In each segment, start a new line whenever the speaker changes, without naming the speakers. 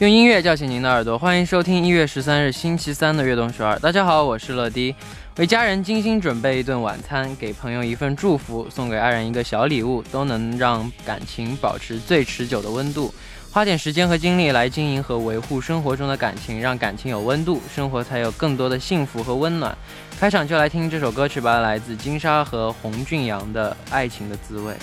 用音乐叫醒您的耳朵，欢迎收听一月十三日星期三的《悦动首尔》。大家好，我是乐迪。为家人精心准备一顿晚餐，给朋友一份祝福，送给爱人一个小礼物，都能让感情保持最持久的温度。花点时间和精力来经营和维护生活中的感情，让感情有温度，生活才有更多的幸福和温暖。开场就来听这首歌曲吧，来自金莎和洪俊阳的《爱情的滋味》。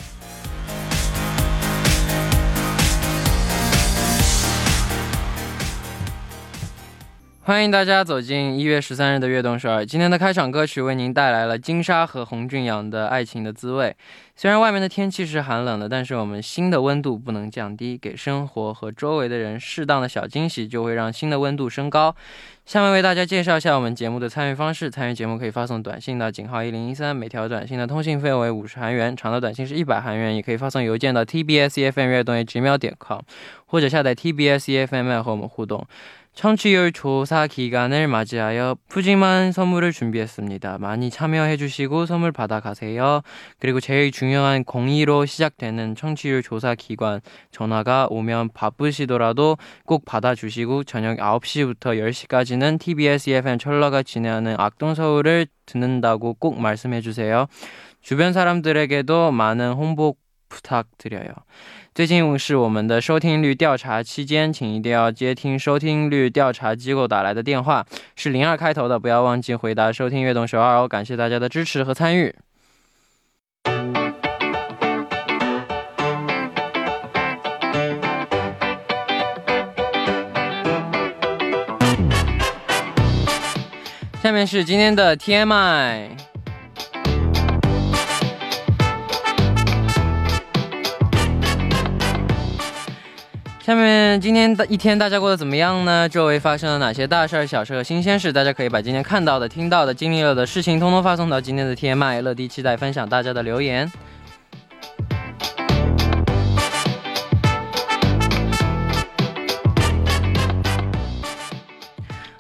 欢迎大家走进一月十三日的《悦动首尔》。今天的开场歌曲为您带来了金莎和洪俊阳的《爱情的滋味》。虽然外面的天气是寒冷的，但是我们心的温度不能降低，给生活和周围的人适当的小惊喜，就会让心的温度升高。下面为大家介绍一下我们节目的参与方式。参与节目可以发送短信到井号一零一三，每条短信的通信费为五十韩元，长的短信是一百韩元。也可以发送邮件到 tbsfm 悦动 g E m a i l com，或者下载 tbsfm 和我们互动。청취율 조사 기간을 맞이하여 푸짐한 선물을 준비했습니다. 많이 참여해 주시고 선물 받아가세요. 그리고 제일 중요한 공의로 시작되는 청취율 조사 기간 전화가 오면 바쁘시더라도 꼭 받아주시고 저녁 9시부터 10시까지는 TBS EFM 철러가 진행하는 악동서울을 듣는다고 꼭 말씀해 주세요. 주변 사람들에게도 많은 홍보 부탁드려요. 最近是我们的收听率调查期间，请一定要接听收听率调查机构打来的电话，是零二开头的，不要忘记回答收听《悦动首尔》哦。感谢大家的支持和参与。下面是今天的 TMI。下面今天的一天大家过得怎么样呢？周围发生了哪些大事儿、小事儿、新鲜事？大家可以把今天看到的、听到的、经历了的事情，通通发送到今天的 TMI。乐迪期待分享大家的留言。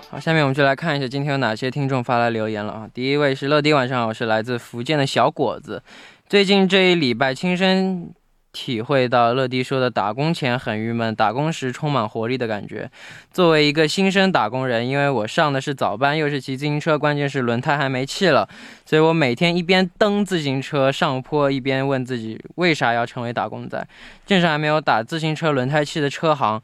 好，下面我们就来看一下今天有哪些听众发来留言了啊。第一位是乐迪，晚上好，我是来自福建的小果子，最近这一礼拜亲身体会到乐迪说的打工前很郁闷，打工时充满活力的感觉。作为一个新生打工人，因为我上的是早班，又是骑自行车，关键是轮胎还没气了，所以我每天一边蹬自行车上坡，一边问自己为啥要成为打工仔。正是还没有打自行车轮胎气的车行。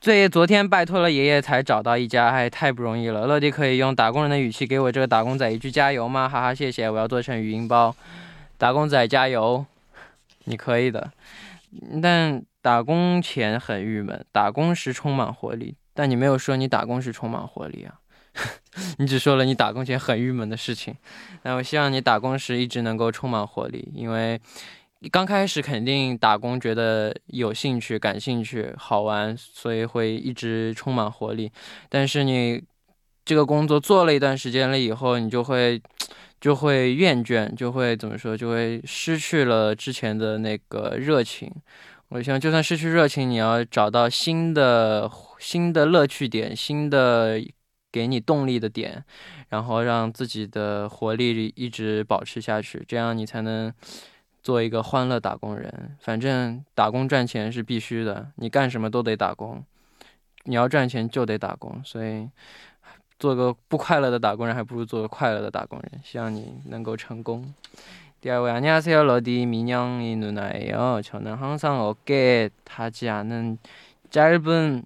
最昨天拜托了爷爷才找到一家，哎，太不容易了。乐迪可以用打工人的语气给我这个打工仔一句加油吗？哈哈，谢谢，我要做成语音包，打工仔加油。你可以的，但打工前很郁闷，打工时充满活力。但你没有说你打工时充满活力啊， 你只说了你打工前很郁闷的事情。那我希望你打工时一直能够充满活力，因为刚开始肯定打工觉得有兴趣、感兴趣、好玩，所以会一直充满活力。但是你这个工作做了一段时间了以后，你就会。就会厌倦，就会怎么说，就会失去了之前的那个热情。我想，就算失去热情，你要找到新的、新的乐趣点，新的给你动力的点，然后让自己的活力一直保持下去，这样你才能做一个欢乐打工人。反正打工赚钱是必须的，你干什么都得打工，你要赚钱就得打工，所以。做个不快乐的打工人，还不如做个快乐的打工人。希望你能够成功。第二位，안녕하세요러디민영이누나예요저는항상어깨에닿지않은짧은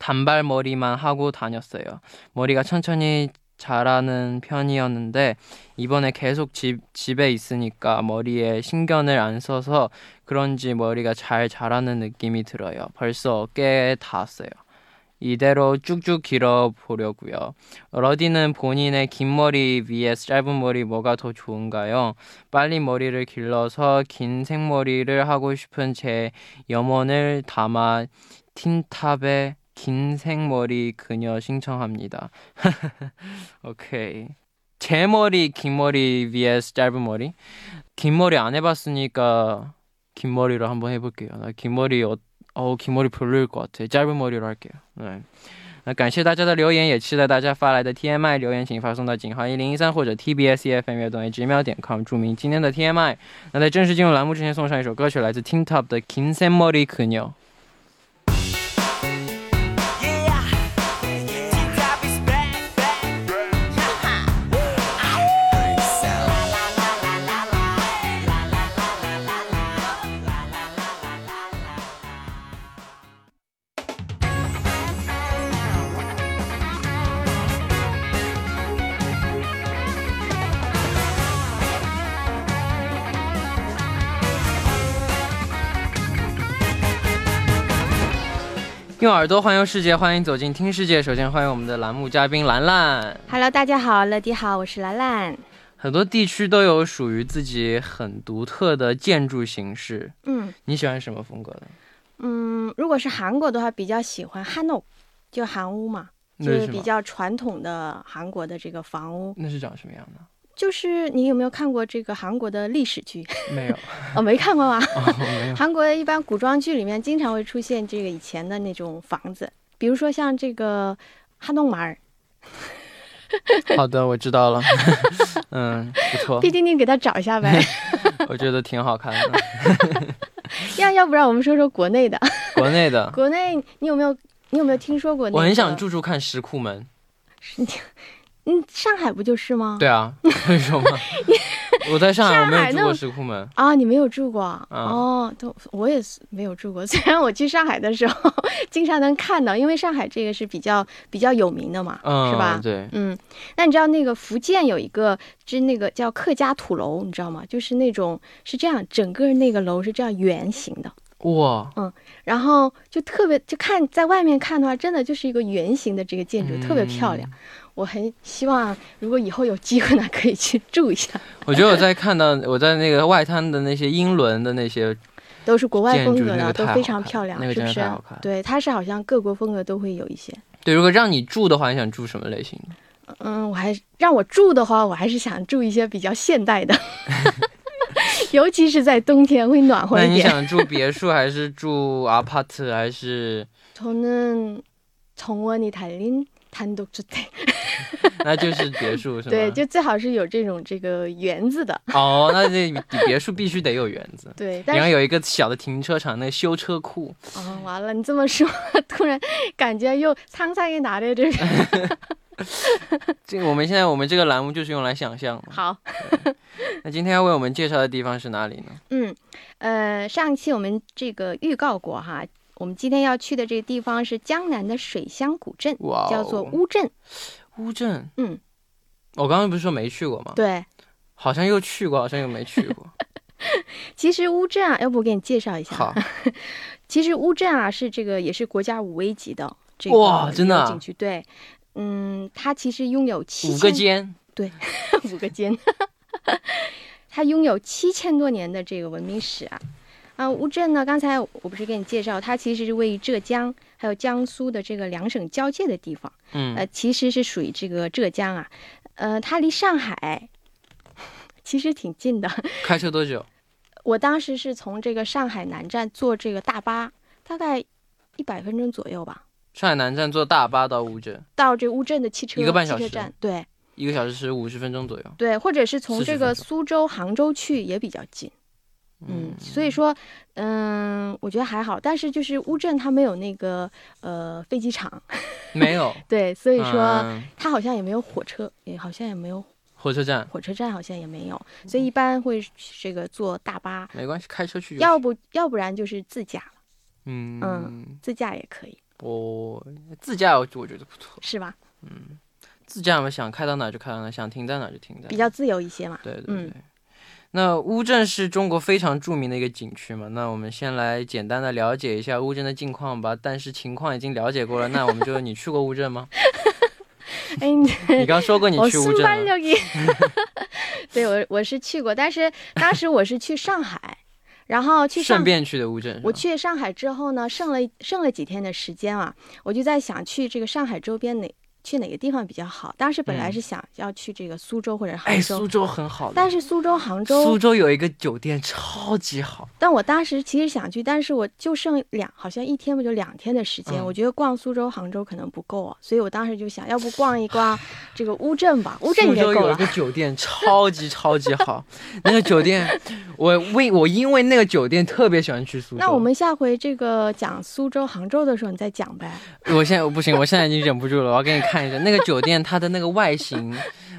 단발머리만하고다녔어요머리가천천히 잘하는 편이었는데 이번에 계속 집, 집에 있으니까 머리에 신경을 안 써서 그런지 머리가 잘 자라는 느낌이 들어요. 벌써 어깨에 닿았어요. 이대로 쭉쭉 길어 보려고요. 러디는 본인의 긴 머리 위에 짧은 머리 뭐가 더 좋은가요? 빨리 머리를 길러서 긴 생머리를 하고 싶은 제 염원을 담아 틴탑에 긴 생머리 그녀 신청합니다. 오케이. 제 머리 긴 머리 vs 짧은 머리. 긴 머리 안 해봤으니까 긴 머리로 한번 해볼게요. 나긴 머리 어, 어, 긴 머리 별로일 것 같아. 짧은 머리로 할게요. 네. 那感谢大家的留言，也期待大家发来的 TMI 留言，请发送到井号一零一三或者 TBS EFM E 乐动 H 秒点 com，注明今天的 TMI。那在正式进入栏目之前，送上一首歌曲，来自 Tin Top 的《Kinsemori Kunio》。用耳朵环游世界，欢迎走进听世界。首先欢迎我们的栏目嘉宾兰兰。
Hello，大家好，乐迪好，我是兰兰。
很多地区都有属于自己很独特的建筑形式，
嗯
你喜欢什么风格的？
嗯，如果是韩国的话，比较喜欢汉诺，就韩屋嘛，就
那是
是
什
比
么？
较传统的韩国的这个房屋。
那是长什么样的？
就是你有没有看过这个韩国的历史剧？
没 有，
哦，没 看过吗？
哦、没有。
韩国一般古装剧里面经常会出现这个以前的那种房子，比如说像这个哈东马尔，
好的，我知道了。嗯，不错
毕，竟你给他找一下呗。
我觉得挺好看的。
要要不然我们说说国内的，
国内的，
国内你有没有你有没有听说过、那个？
我很想住住看石库门。
嗯，上海不就是吗？
对啊， 为什 么？我在上海我没有
上海
住
那
过
种
石库门。
啊，你没有住过、
嗯
哦？都我也是没有住过， 虽然我去上海的时候经常能看到，因为上海这个是比较比较有名的嘛，
嗯，
是吧？
对，
嗯，那你知道那个福建有一个是那个叫客家土楼，你知道吗？就是那种是这样，整个那个楼是这样圆形的，
哇，
然后就特别就看在外面看的话，真的就是一个圆形的这个建筑，特别漂亮。
嗯
我很希望如果以后有机会呢，可以去住一下，
我觉得我在看到我在那个外滩的那些英伦的那些，
都是国外风格
建筑那
的，
个太
都
好
非常
看
漂亮，
那个
是
真
不
的
是
太好看？
对，它是好像各国风格都会有一些。
对，如果让你住的话，你想住什么类型的？
嗯，我还让我住的话，我还是想住一些比较现代 的，尤其是在冬天会暖和
那
一
你
点。
想住别墅还是住 apart 还是？
저는 정원이 달린 단독 주택.
那就是别墅是吗？
对，就最好是有这种这个园子的。
哦，那这别墅必须得有园子，
对，
然
但
后
是
有一个小的停车场，那个修车库。
啊、完了，你这么说， 突然感觉又沧桑一拿着这个
这个我们现在我们这个栏目就是用来想象的。
好。
那今天要为我们介绍的地方是哪里呢？
嗯，呃，上期我们这个预告过哈，我们今天要去的这个地方是江南的水乡古镇，
哇、哦，
叫做乌镇。
乌镇。
嗯，
我刚刚不是说没去过吗？
对，
好像又去过，好像又没去过。
其实乌镇啊，要不我给你介绍一下？
好，
其实乌镇啊是这个也是国家五 A 级的这个
哇真的啊
旅游景区，对，嗯，它其实拥有七
五个
千
尖。
五个间，它拥有七千多年的这个文明史啊。啊，乌镇呢，刚才我不是给你介绍，它其实是位于浙江还有江苏的这个两省交界的地方，
嗯，
呃，其实是属于这个浙江啊，呃，它离上海其实挺近的。
开车多久？
我当时是从这个上海南站坐这个大巴，大概一百分钟左右吧，
上海南站坐大巴到乌镇，
到这乌镇的汽车
一个半小时
汽车站，对
一个小时十五十分钟左右。
对，或者是从
40
这个
分钟
苏州、杭州去也比较近。嗯，所以说，嗯，我觉得还好，但是就是乌镇它没有那个呃飞机场，
没有。
对，所以说
嗯
它好像也没有火车，也好像也没有
火车站
火车站，好像也没有，所以一般会这个坐大巴，
没关系，开车嗯去就
要
行。
不要不然就是自驾了，
嗯
嗯自驾也可以，
我自驾我我觉得不错，
是吧？
自驾嘛想开到哪就开到哪，想停在哪就停在哪。
比较自由 一些嘛。
对对对。
嗯
那乌镇是中国非常著名的一个景区嘛，那我们先来简单的了解一下乌镇的近况吧。但是情况已经了解过了，那我们就你去过乌镇吗？
哎，你
你刚说过你
我
去乌
顺
镇
班
了，
就给， 对我我是去过，但是当时我是去上海，然后去上
顺便去的乌镇是吧。
我去上海之后呢，剩了剩了几天的时间啊，我就在想去这个上海周边哪去哪个地方比较好。当时本来
嗯
是想要去这个苏州或者杭
哎，
州，
苏州很好的，
但是苏州、杭
苏
州，
州有一个酒店超级好，
但我当时其实想去，但是我就剩两好像一天不就两天的时间，
嗯
我觉得逛苏州、杭州可能不够啊，所以我当时就想要不逛一 逛这个乌镇吧，乌镇
苏
应该
州
够
有一
了。
个酒店超级超级好， 那个酒店我为我因为那个酒店特别喜欢去苏州。
那我们下回这个讲苏州、杭州的时候，你再讲呗。
我现在我不行，我现在已经忍不住了，我要给你看一下那个酒店，它的那个外形，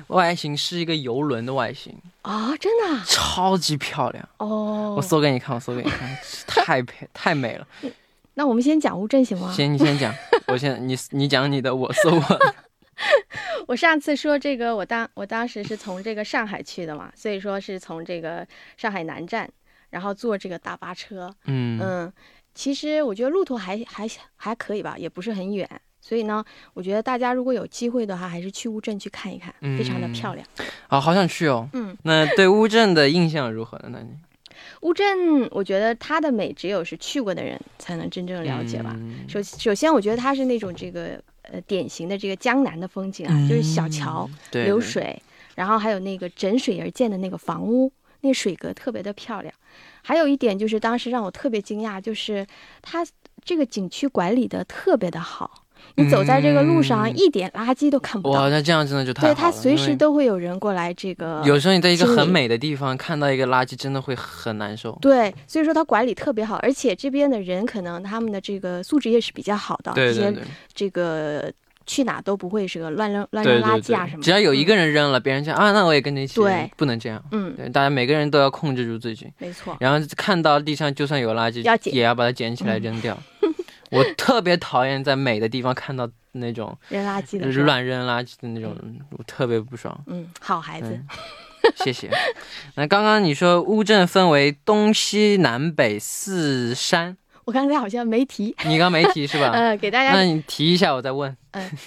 外形是一个游轮的外形，
啊、真的啊
超级漂亮。
哦
我。搜给你看，我搜给你看，太美太美了。
那我们先讲乌镇行吗？
行，你先讲，我先你你讲你的，我搜我的。
我上次说这个，我当我当时是从这个上海去的嘛，所以说是从这个上海南站，然后坐这个大巴车，
嗯，
嗯，其实我觉得路途还还还可以吧，也不是很远。所以呢，我觉得大家如果有机会的话，还是去乌镇去看一看，非常的漂亮。
啊，好想去哦。
嗯，
那对乌镇的印象如何呢？那你
乌镇，我觉得它的美只有是去过的人才能真正了解吧。
嗯
首首先，我觉得它是那种这个呃典型的这个江南的风景
嗯
啊，就是小桥、
对
流
对
水，然后还有那个枕水而建的那个房屋，那水格特别的漂亮。还有一点就是，当时让我特别惊讶，就是它这个景区管理的特别的好，你走在这个路上
嗯
一点垃圾都看不
哇，
到，
那这样真的就太好
对，
了。
它随
因
时
为
都会有人过来这个。
有时候你在一个
清
很
理
美的地方看到一个垃圾，真的会很难受。
对，所以说它管理特别好，而且这边的人可能他们的这个素质也是比较好的，
对
这
对
些
对，
这个去哪都不会是个乱扔乱
对
扔
对
垃圾啊什
对，
么的。
只要有一
嗯，
个人扔了，别人讲啊，那我也跟着一起扔。
对
不能这样。
嗯，
对，大家每个人都要控制住自己，
没错，
然后看到地上就算有垃圾，
要捡嗯
也要把它捡起来扔 掉。我特别讨厌在美的地方看到那种
扔垃圾的时候，
乱扔垃圾的那种，嗯我特别不爽。
嗯，好孩子，
嗯谢谢。那刚刚你说乌镇分为东西南北四山，
我刚才好像没提，
你刚没提是吧？
呃，给大家
啊那你提一下，我再问。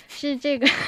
是这个。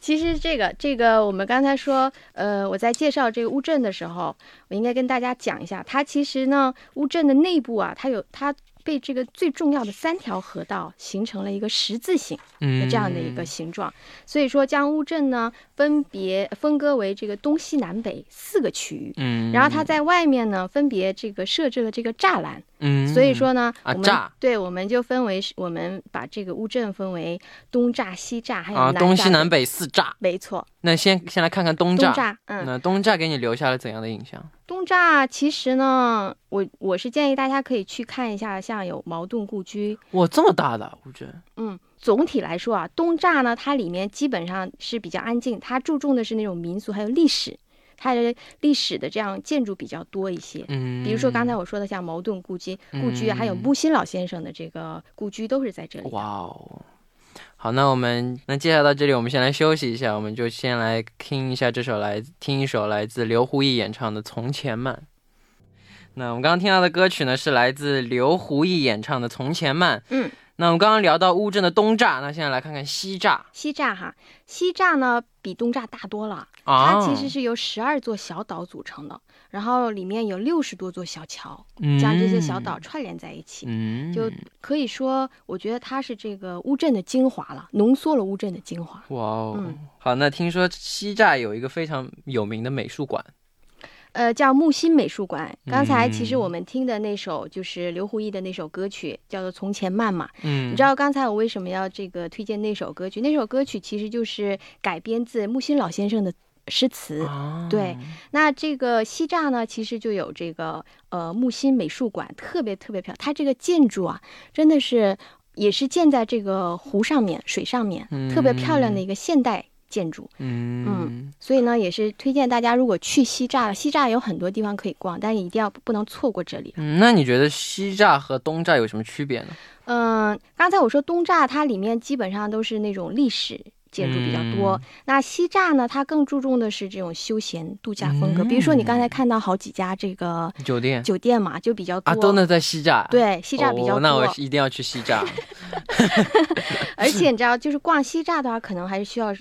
其实这个这个，我们刚才说，呃，我在介绍这个乌镇的时候，我应该跟大家讲一下，它其实呢，乌镇的内部啊，它有它被这个最重要的三条河道形成了一个十字形。
嗯，
这样的一个形状。所以说，将乌镇呢分别分割为这个东西南北四个区域。
嗯，
然后它在外面呢，分别这个设置了这个栅栏，
嗯，
所以说呢，
啊
我
栅
们对我们就分为是我们把这个乌镇分为东栅、西栅，还有
啊，
南
东西
栅
南
的，
北四栅。
没错，
那先先来看看东
东
栅，
栅，嗯，
那东栅给你留下了怎样的印象？
东栅其实呢，我我是建议大家可以去看一下，像有茅盾故居，
哇，这么大的乌镇，
嗯，总体来说啊，东栅呢，它里面基本上是比较安静，它注重的是那种民俗还有历史，它的历史的这样建筑比较多一些。
嗯，
比如说刚才我说的像茅盾故居、故居啊，还有
嗯
木心老先生的这个故居都是在这里。
哇哦。好，那我们那介绍到这里，我们先来休息一下，我们就先来听一下这首来听一首来自刘胡毅演唱的《从前慢》。那我们刚刚听到的歌曲呢，是来自刘胡毅演唱的《从前慢》。
嗯，
那我们刚刚聊到乌镇的东栅，那现在来看看西栅
西栅哈，西栅呢比东栅大多了，
啊，
它其实是由十二座小岛组成的，然后里面有六十多座小桥，将这些小岛串联在一起。
嗯，嗯，
就可以说，我觉得它是这个乌镇的精华了，浓缩了乌镇的精华。
哇哦，
嗯
好，那听说西栅有一个非常有名的美术馆，
呃，叫木心美术馆。刚才其实
嗯
我们听的那首就是刘胡毅的那首歌曲，叫做《从前慢》嘛。
嗯，
你知道刚才我为什么要这个推荐那首歌曲？那首歌曲其实就是改编自木心老先生的诗词。
啊，
对，那这个西栅呢，其实就有这个呃木心美术馆，特别特别漂亮。它这个建筑啊，真的是也是建在这个湖上面、水上面，特别漂亮的一个现代建筑。
嗯
嗯所以呢，也是推荐大家如果去西栅，西栅有很多地方可以逛，但是一定要不能错过这里。
嗯，那你觉得西栅和东栅有什么区别呢？
嗯、刚才我说东栅，它里面基本上都是那种历史。建筑比较多，
嗯
那西栅呢？它更注重的是这种休闲度假风格，比如说你刚才看到好几家这个
酒店
酒店嘛，就比较多，
啊，都能在西栅，，
对西栅比
哦，
较多。
那我一定要去西栅。
而 且你知道，就是逛西栅的话，可能还是需要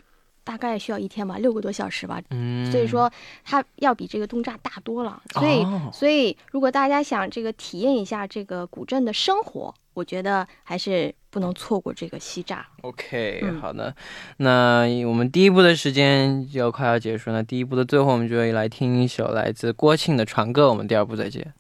大概需要一天吧，六个多小时吧。
嗯，
所以说，它要比这个东栅大多了。所以，
哦
所以如果大家想这个体验一下这个古镇的生活，我觉得还是不能错过这个西栅。
OK，、
嗯
好的，那我们第一部的时间就快要结束了。第一部的最后，我们就来听一首来自郭庆的《船歌》，我们第二部再见。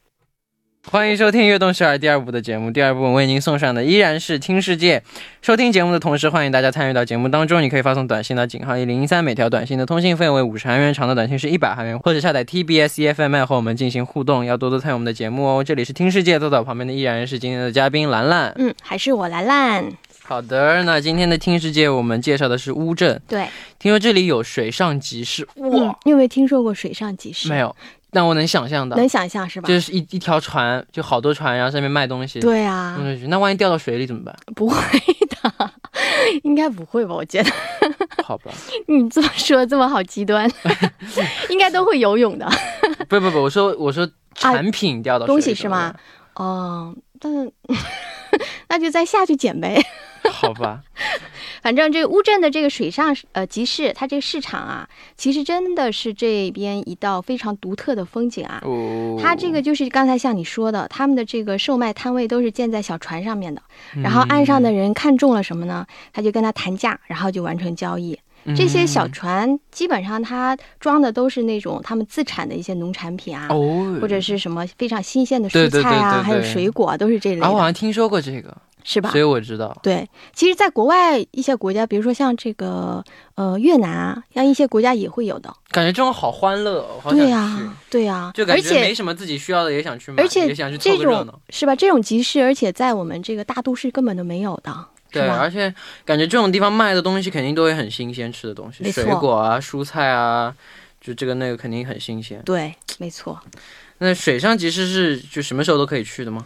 欢迎收听《悦动十二》第二部的节目。第二部我为您送上的依然是《听世界》。收听节目的同时，欢迎大家参与到节目当中。你可以发送短信到井号一零一三，每条短信的通信费用为五十韩元，长的短信是一百韩元，或者下载 TBS EFM 和我们进行互动。要多多参与我们的节目哦。这里是《听世界》，坐在我旁边的依然是今天的嘉宾兰兰。
嗯，还是我兰兰。
好的，那今天的听世界我们介绍的是乌镇，
对，
听说这里有水上集市，
嗯，你有没有听说过水上集市？
没有，但我能想象到
能，想象是吧？
就是一一条船，就好多船，然后上面卖东西。
对啊，
弄进去，那万一掉到水里怎 么办？
不会的， 应该不会吧？我觉得。
好吧，
你这么说这么好极端， 应该都会游泳的
不不不，我说我说产品掉到水里
东西是
怎么办
吗？哦，但是 那就再下去捡呗。
好 吧，
反正这个乌镇的这个水上呃集市，它这个市场啊，其实真的是这边一道非常独特的风景啊。
哦，
它这个就是刚才像你说的，他们的这个售卖摊位都是建在小船上面的，
嗯
然后岸上的人看中了什么呢？他就跟他谈价，然后就完成交易。
嗯
这些小船基本上它装的都是那种他们自产的一些农产品啊，
哦，
或者是什么非常新鲜的
对
蔬
对
菜啊，
对对对
还有水果啊，都是这类的，
啊，我好像听说过这个，
是吧
所？以我知道。
对，其实，在国外一些国家，比如说像这个呃越南啊，像一些国家也会有的。
感觉这种好欢乐哦，好想
对
去，
呀、对呀、
就感
而
觉没
且
什么自己需要的也想去买，
而且
也想去凑
这
个热
种
闹。
是吧？这种集市，而且在我们这个大都市根本都没有的，是
对，
吧？
而且感觉这种地方卖的东西肯定都会很新鲜，吃的东西，
没错
水果啊、蔬菜啊，就这个那个肯定很新鲜。
对，没错，
那水上集市是就什么时候都可以去的吗？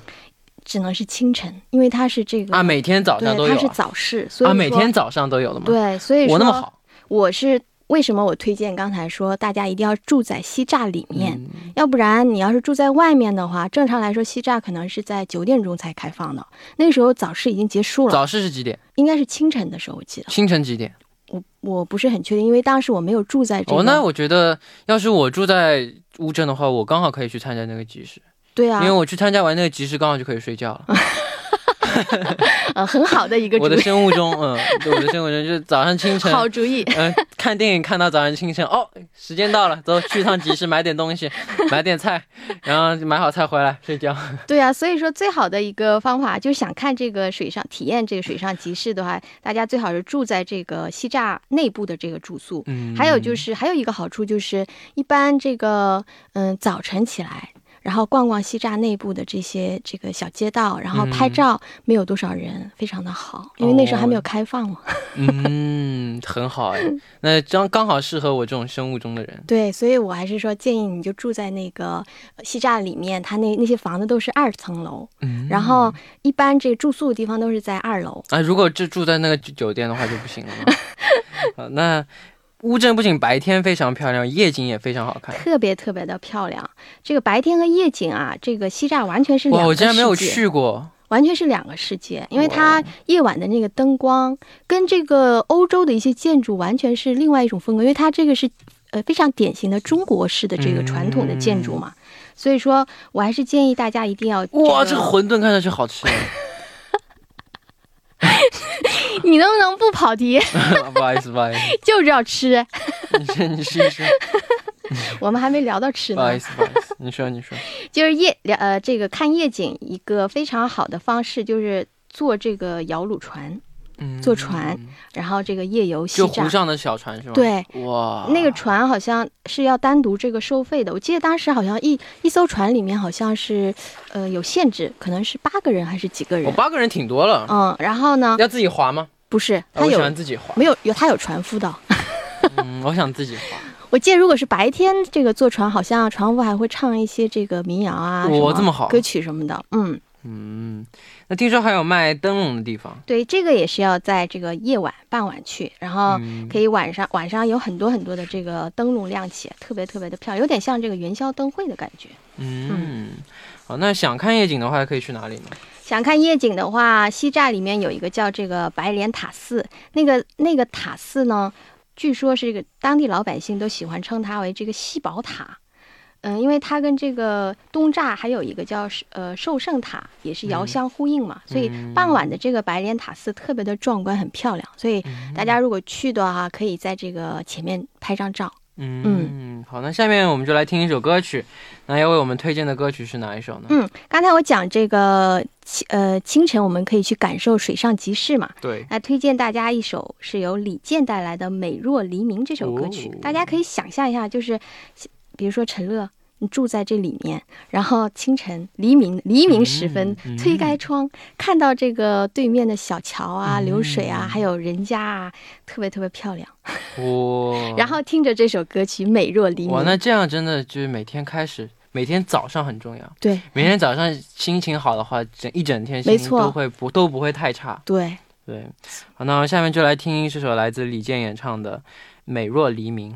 只能是清晨，因为它是这个
啊，每天早上都
对，
有
它是
啊，
早市，所以
啊
说
每天早上都有的吗？，
对，所以说
我那么好，
我是为什么我推荐刚才说大家一定要住在西栅里面，
嗯
要不然你要是住在外面的话，正常来说西栅可能是在九点钟才开放的，那个时候早市已经结束了，
早市是几点？
应该是清晨的时候，我记得，
清晨几点？
我我不是很确定，因为当时我没有住在这个，
哦，那我觉得要是我住在乌镇的话，我刚好可以去参加那个集市，
对
因
啊
为，我去参加完那个集市，刚好就可以睡觉了。
呃，很好的一个
我
主
的
意，
生物钟，嗯，对，我的生物钟就是早上清晨，
好主意，
嗯、看电影看到早上清晨，哦，时间到了，走去趟集市买点东西， 买点菜，然后买好菜回来睡觉。
对啊，所以说最好的一个方法就是想看这个水上体验这个水上集市的话，大家最好是住在这个西栅内部的这个住宿。
嗯
还有就，是还有一个好处就是，一般这个嗯早晨起来，然后逛逛西栅内部的这些这个小街道，然后
嗯
拍
哦
照，没有多少人，非常的好，因为那时候还没有开放嘛。
嗯，很好哎，那刚刚好适合我这种生物钟的人。
对，所以我还是说建议你就住在那个呃西栅里面，它那那些房子都是二层楼，
嗯，
然后一般这个住宿的地方都是在二楼。
啊，如果这住在那个酒酒店的话就不行了 嘛。好那乌镇不仅白天非常漂亮，夜景也非常好看。
特别特别的漂亮，这个白天和夜景啊，这个西栅完全是两
哇，
个
我竟然没有
世界
去过。
完全是两个世界，因为
哇
它夜晚的那个灯光跟这个欧洲的一些建筑完全是另外一种风格，因为它这个是呃非常典型的中国式的这个传统的建筑嘛，所以说我还是建议大家一定要
嗯哇，这
这
个
个
馄饨看上去好吃。
你能不能不跑题，
不好意思，不好意思，
就知道吃，
你说你试一 试。
我们还没聊到吃
不好
呢
意，思，不好意思，你说你说。
就是夜聊呃这个看夜景一个非常好的方式就是坐这个摇橹船，
嗯
坐船，然后这个夜游西
就湖
栅，
上的小船是吗？，
对，
哇，
那个船好像是要单独这个收费的，我记得当时好像一一艘船里面好像是，呃，有限制，可能是八个人还是几个
我
人。
哦八个人挺多了，
嗯，然后呢，
要自己划吗？
不是，
啊
它
我喜
有、
欢自己划，
没有有它有船夫的。
嗯，我想自己划。
我记得如果是白天这个坐船，好像船夫还会唱一些这个民谣啊，
哇
什
这么好
歌曲什么的。嗯，
嗯，那听说还有卖灯笼的地方，
对，这个也是要在这个夜晚傍晚去，然后
嗯
嗯可以晚上晚上有很多很多的这个灯笼亮起，特别特别的漂亮，有点像这个元宵灯会的感觉。
嗯，好，那想看夜景的话可以去哪里呢？
想看夜景的话，西栅里面有一个叫这个白莲塔寺，那个那个塔寺呢，据说是这个当地老百姓都喜欢称它为这个西宝塔。嗯，因为它跟这个东栅还有一个叫呃寿圣塔也是遥相呼应嘛，所
嗯
以傍晚的这个白莲塔寺特别的壮观，很漂亮。所
嗯
以大家如果去的话，可以在这个前面拍张照。
嗯，好，那下面我们就来听一首歌曲，那要为我们推荐的歌曲是哪一首呢？
嗯，刚才我讲这个清呃清晨我们可以去感受水上集市嘛，
对，
那推荐大家一首是由李健带来的《美若黎明》这首歌曲，
哦
大家可以想象一下，就是比如说陈乐，你住在这里面，然后清晨黎明黎明时分、
嗯嗯
推开窗，看到这个对面的小桥啊、
嗯
流水啊，还有人家啊，特别特别漂亮。
哇，
然后听着这首歌曲《美若黎明
哦哇，》，那这样真的就是每天开始，每天早上很重要。
对
每天早上心情好的话，整一整天心
没
情
错
都会不都不会太差。
对，
对，好，那我们下面就来听这首来自李健演唱的《美若黎明》。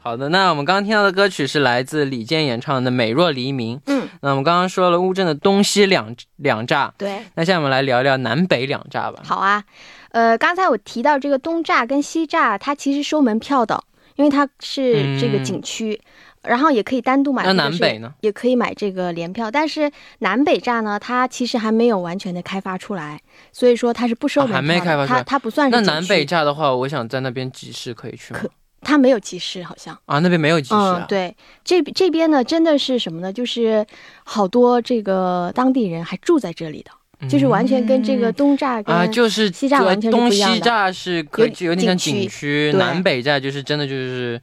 好的，那我们刚刚听到的歌曲是来自李健演唱的《美若黎明》。
嗯，
那我们刚刚说了乌镇的东西两两炸，
对，
那现在我们来聊聊南北两炸吧。
好啊。呃，刚才我提到这个东栅跟西栅，它其实收门票的，因为它是这个
嗯
景区，然后也可以单独买，
那
或者
南
是
北呢？
也可以买这个联票，但是南北站呢，它其实还没有完全的开发出来，所以说它是不收
啊
门票
还
的、
没开发出来
它它不算是
那
景
南北
区，
炸的话，我想在那边集市可以去吗？
可它没有集市好像。
啊，那边没有集市
嗯
啊，。
对，这这边呢，真的是什么呢？就是好多这个当地人还住在这里的，就是完全跟这个东栅跟、
啊，就是
西栅完全是
东
不一
西
样的
栅是可以
有
有点像景
景
区，
对
南北栅就是真的就是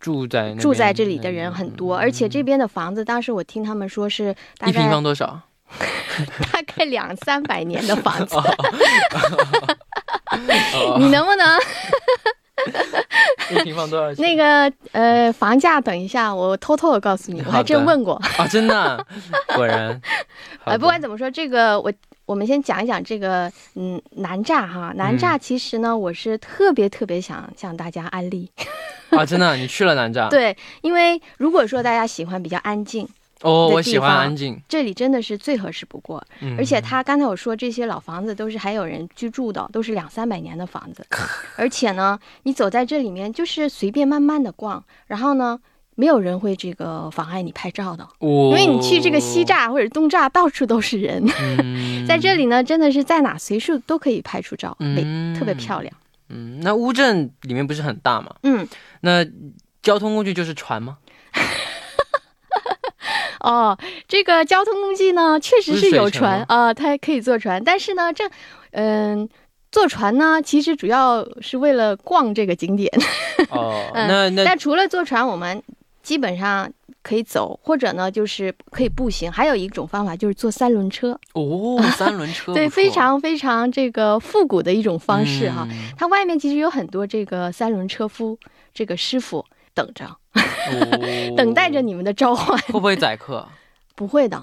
住在那边
住在这里的人很多，
嗯
而且这边的房子，当时我听他们说是大
一平
概
方多 少？
大概两三百年的房子，
哦
你能不能
一平方多少钱？
那个呃，房价，等一下，我偷偷的告诉你，我
好
还
的
真问过。
啊，真的 啊，果然。好
呃，
的
不管怎么说，这个我我们先讲一讲这个嗯南栅哈，南
嗯
栅其实呢，我是特别特别想向大家安利，
啊，真的啊，你去了南栅？
对，因为如果说大家喜欢比较安静，
哦，
的
我
地
喜欢
方
安静，
这里真的是最合适不过。
嗯
而且它刚才我说这些老房子都是还有人居住的，都是两三百年的房 子，而且呢，你走在这里面就是随便慢慢的逛，然后呢，没有人会这个妨碍你拍照的。
因
因为你去这个西，栅或者东栅，到处都是人，
嗯
在这里呢，真的是在哪随处都可以拍出照，美、
嗯
特别漂亮。
嗯，那乌镇里面不是很大嘛？
嗯，
那交通工具就是船吗？
哦，这个交通工具呢，确实
不是
是有
水城
船
吗
啊、它可以坐船，但是呢，这，嗯、坐船呢，其实主要是为了逛这个景点。
哦，
嗯
那那
但除了坐船，我们基本上可以走，或者呢，就是可以步行。还有一种方法就是坐三轮车，
哦，三轮车
对，
不错
非常非常这个复古的一种方式哈、
嗯
它外面其实有很多这个三轮车夫这个师傅等着，
哦
等待着你们的召唤。
会不会宰客？
不会的，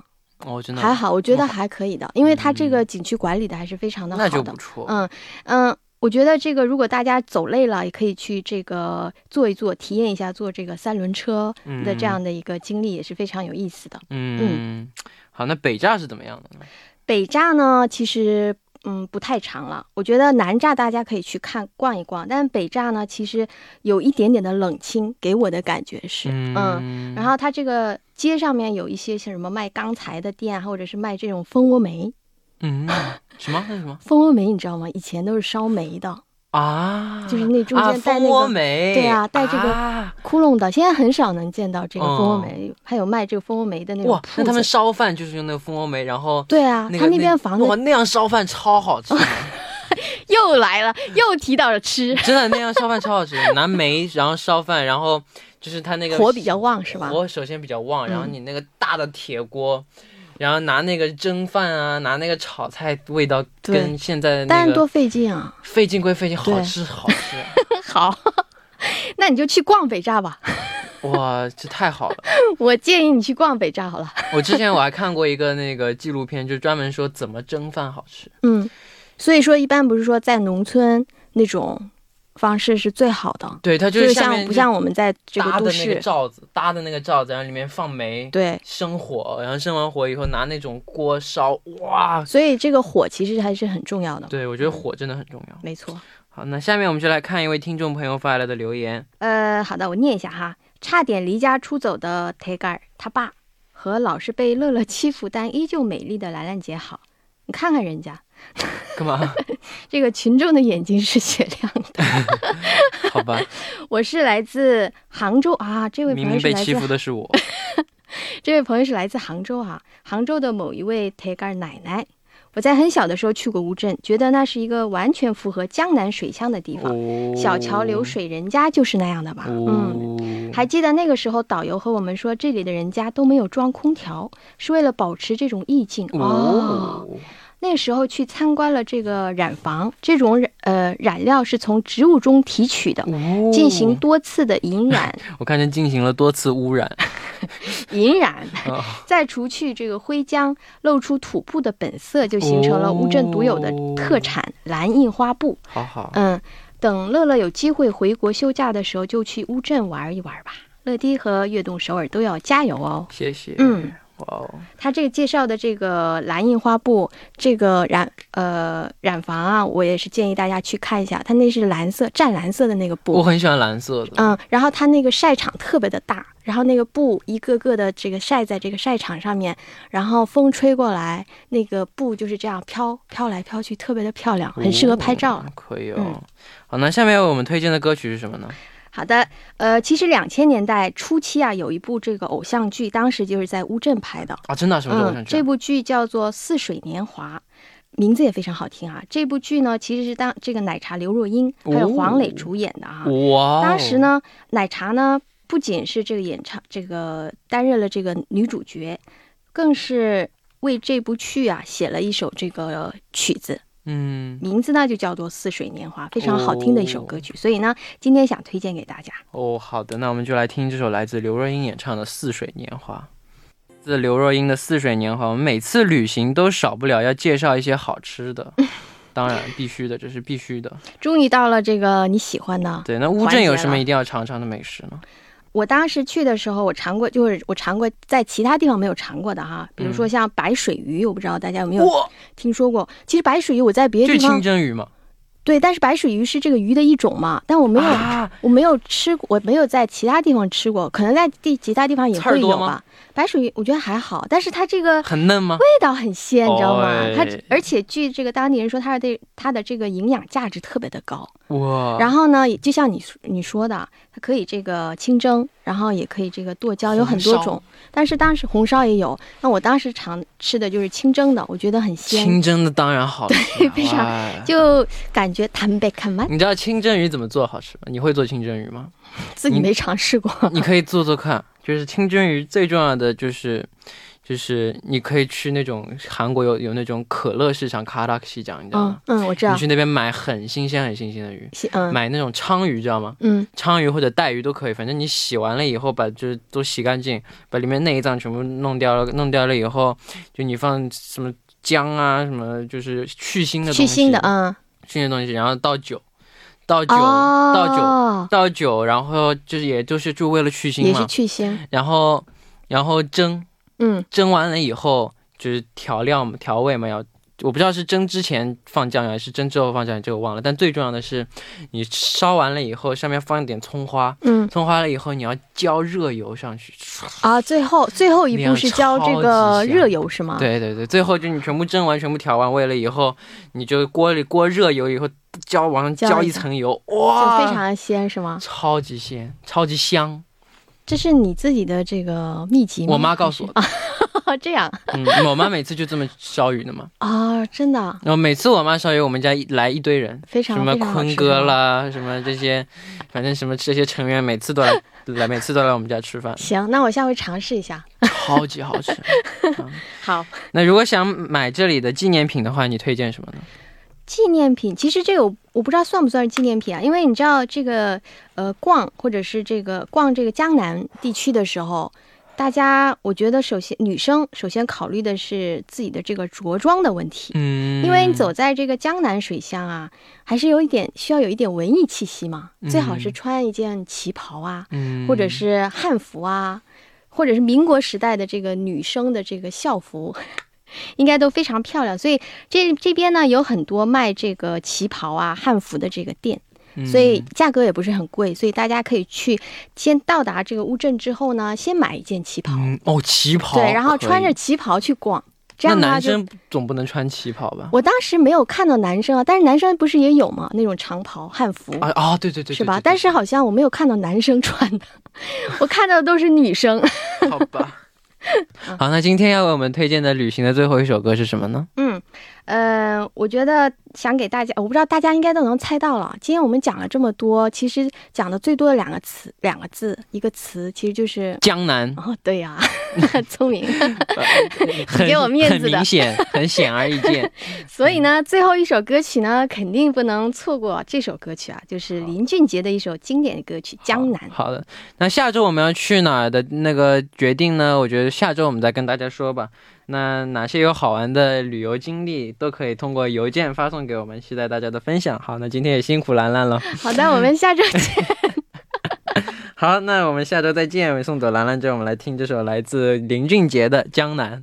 哦，真的
还，好，我觉得还可以的，因为它这个景区管理的还是非常的好
嗯那
的。
就不错。
嗯嗯，我觉得这个如果大家走累了，也可以去这个坐一坐，体验一下坐这个三轮车的这样的一个经历，也是非常有意思的。
嗯，好，那北栅是怎么样的呢？
北栅呢，其实嗯不太长了，我觉得南栅大家可以去看逛一逛，但北栅呢，其实有一点点的冷清，给我的感觉是
嗯
然后它这个街上面有一些像什么卖钢材的店啊，或者是卖这种蜂窝煤。
嗯，什么？那是什么
蜂窝煤你知道吗？以前都是烧煤的，
啊？
就是那中
啊
间带那
蜂窝
个
煤，
对啊带这个
啊
窟窿的，现在很少能见到这个
哦
蜂窝煤，还有卖这个蜂窝煤的那种
哇，
铺
那他们
子。
烧饭就是用那个蜂窝煤，然后
对啊，
那个
他那边房子
哇那样烧饭超好吃的，
又来了，又提到了吃，
真的那样烧饭超好吃的，拿煤然后烧饭，然后就是他那个
火比较旺是吧？
火首先比较旺，然后
嗯
你那个大的铁锅，然后拿那个蒸饭啊，拿那个炒菜，味道
对
跟现在的
但
那
是多
个
费劲啊！
费劲归费劲，
对
好吃好吃，
好， 那你就去逛北 栅吧。
哇，这太好了！
我建议你去逛北栅好了。
我之前我还看过一个那个纪录片，就专门说怎么蒸饭好吃。
嗯，所以说一般不是说在农村那种方式是最好的，
对，它
就
就是下
像
面
不像我们在这个
搭
都
的那
市
个，罩子，搭的那个罩子，然后里面放煤，
对，
生火，然后生完火以后拿那种锅烧，哇！
所以这个火其实还是很重要的。
对，我觉得火真的很重要。
没错。
好，那下面我们就来看一位听众朋友发来的留言。
呃，好的，我念一下哈。差点离家出走的铁杆儿他爸和老是被乐乐欺负但依旧美丽的兰兰姐好，你看看人家
干嘛？
这个群众的眼睛是雪亮的。
好吧，
我是来自杭州啊，这位朋
明
友
明
是
被
来
欺
自
负的是我。
这位朋友是来自杭州哈、杭州的某一位铁杆儿奶奶。我在很小的时候去过乌镇，觉得那是一个完全符合江南水乡的地方，
哦
小桥流。水人家就是那样的吧，嗯。
嗯
还记得那个时候，导游和我们说，这里的人家都没有装空调，是为了保持这种意境。
哦，
那时候去参观了这个染坊，这种染呃染料是从植物中提取的，
哦
进行，多次的隐染，
我看见进行了多次污
嗯
染。
隐染
哦，
再除去这个灰浆，露出土布的本色，就形成了乌镇独有的特产蓝印花布。
好好，
嗯，等乐乐有机会回国休假的时候，就去乌镇玩一玩吧。乐迪和悦动首尔都要加油哦。
谢谢。
嗯，
哇哦，
他这个介绍的这个蓝印花布，这个染呃染坊啊，我也是建议大家去看一下，它那是蓝色湛蓝色的那个
我
布，
很喜欢蓝色的。
嗯，然后它那个晒场特别的大，然后那个布一个个的这个晒在这个晒场上面，然后风吹过来，那个布就是这样飘飘来飘去，特别的漂亮，很适合拍照。
哦可以哦。
嗯
好，那下面我们推荐的歌曲是什么呢？
好的，呃，其实两千年代初期啊，有一部这个偶像剧，当时就是在乌镇拍的，
啊，真的啊什么时候我想
嗯，
去啊？
这部剧叫做《似水年华》，名字也非常好听啊。这部剧呢，其实是当这个奶茶刘若英还有黄磊主演的啊。
哇哦，
当时呢，奶茶呢不仅是这个演唱这个担任了这个女主角，更是为这部剧啊写了一首这个曲子，
嗯，
名字呢就叫做《似水年华》，非常好听的一首歌曲。所以呢，今天想推荐给大家。
哦，好的，那我们就来听这首来自刘若英演唱的《似水年华》。自刘若英的《似水年华》，我们每次旅行都少不了要介绍一些好吃 的，当然必须的，这是必须的。
终于到了这个你喜欢的，
对，那乌镇有什么一定要尝尝的美食呢？
我当时去的时候，我尝过，就是我尝过在其他地方没有尝过的哈，比如说像白水鱼，我不知道大家有没有
嗯哇，
听说过。其实白水鱼我在别的
就
地
清
方
蒸鱼嘛。
对，但是白水鱼是这个鱼的一种嘛，但我没有，
啊，
我没有吃过，我没有在其他地方吃过，可能在地其他地方也
刺儿
会
多
有
吗
吧。白水鱼我觉得还好，但是它这个
很嫩吗？
味道很鲜，你知道吗？它
哎
而且据这个当地人说，它的它的这个营养价值特别的高。
哇，
然后呢，也就像你说你说的，它可以这个清蒸，然后也可以这个剁椒，有很多
红
种。但是当时红烧也有，那我当时常吃的就是清蒸的，我觉得很鲜，
清蒸的当然好吃啊，
对非常
哇
就感觉坦白看完，
你知道清蒸鱼怎么做好吃吗？你会做清蒸鱼吗？
自己
你
没尝试过。
你可以做做看，就是清蒸鱼最重要的就是，就是你可以去那种韩国有有那种可乐市场卡拉西讲，你知道
嗯
吗？
嗯，我知道
你，去那边买很新鲜很新鲜的鱼，
西嗯
买那种鲳鱼，知道吗？
嗯
鲳鱼或者带鱼都可以，反正你洗完了以后把就是都洗干净，把里面内脏全部弄掉了，弄掉了以后，就你放什么姜啊什么，就是去腥的东西，
去腥的嗯
去腥的东西，然后倒酒，倒酒，倒酒，
哦，
倒酒，然后就是也就是就为了去腥
也是
嘛，
去腥，
然后然后蒸
嗯
蒸完了以后就是调料嘛调味嘛要。我不知道是蒸之前放酱油还是蒸之后放酱油，这个我忘了。但最重要的是，你烧完了以后，上面放一点葱花，
嗯
葱花了以后你要浇热油上去。
啊，最后最后一
量
步是浇
超
这
级
个
香
热油是吗？，
对对对，最后就你全部蒸完，全部调完味了以后，你就锅里锅热油以后浇往上
浇
浇
一
一
下
层油，
就
哇，
非常鲜是吗？
超级鲜，超级香。
这是你自己的这个秘籍吗？
我妈告诉 我的，
我这样
嗯，我妈每次就这么烧鱼的嘛。
啊，真的啊
然后每次我妈烧鱼，我们家一来一堆人，
非常
什么
非常好
坤
吃
哥
是吗
啦，什么这些，反正什么这些成员每次都来来，每次都来我们家吃饭，
行，那我下回尝试一下。
超级好 吃。嗯
好，
那如果想买这里的纪念品的话，你推荐什么呢？
纪念品其实这个我我不知道算不算是纪念品啊，因为你知道这个呃逛或者是这个逛这个江南地区的时候，大家我觉得首先女生首先考虑的是自己的这个着装的问题，
嗯，
因为你走在这个江南水乡啊，还是有一点需要有一点文艺气息嘛，最好是
嗯
穿一件旗袍啊，
嗯，
或者是汉服啊，或者是民国时代的这个女生的这个校服， 应该都非常漂亮。所以这这边呢有很多卖这个旗袍啊、汉服的这个店，
嗯，
所以价格也不是很贵，所以大家可以去先到达这个乌镇之后呢，先买一件旗袍，
嗯哦，旗袍
对，然后
可以
穿着旗袍去逛，这
那
样的话
男
就。
生总不能穿旗袍吧？
我当时没有看到男生啊，但是男生不是也有吗？那种长袍、汉服
啊啊，对对对，对
是吧？
对
但是好像我没有看到男生穿的， 我看到的都是 女生。
好 吧。
嗯
好，那今天要为我们推荐的旅行的最后一首歌是什么呢？
嗯，呃，我觉得想给大家，我不知道大家应该都能猜到了。啊今天我们讲了这么多，其实讲的最多的两个词，两个字，一个词其实就是
江南。
哦，对呀、聪明。
很
给我面子
很
的
明显，很显而易见。
所以呢，最后一首歌曲呢，肯定不能错过这首歌曲啊，就是林俊杰的一首经典的歌曲《江南》。
好的，那下周我们要去哪儿的那个决定呢？我觉得下周我们再跟大家说吧。那哪些有好玩的旅游经历，都可以通过邮件发送给我们，期待大家的分享。好，那今天也辛苦兰兰了。
好的，我们下周见。
好，那我们下周再见。我送走兰兰之后，我们来听这首来自林俊杰的《江南》。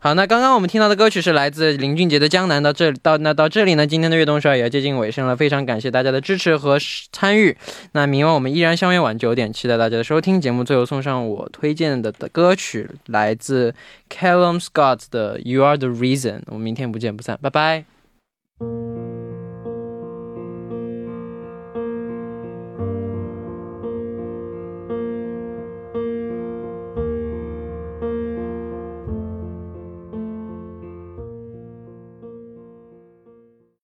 好，那刚刚我们听到的歌曲是来自林俊杰的《江南》。到这到那到这里呢，今天的悦动首尔也要接近尾声了，非常感谢大家的支持和参与。那明晚我们依然相约晚九点，期待大家的收听。节目最后送上我推荐的歌曲，来自 Callum Scott 的《You Are the Reason》。我们明天不见不散，拜拜。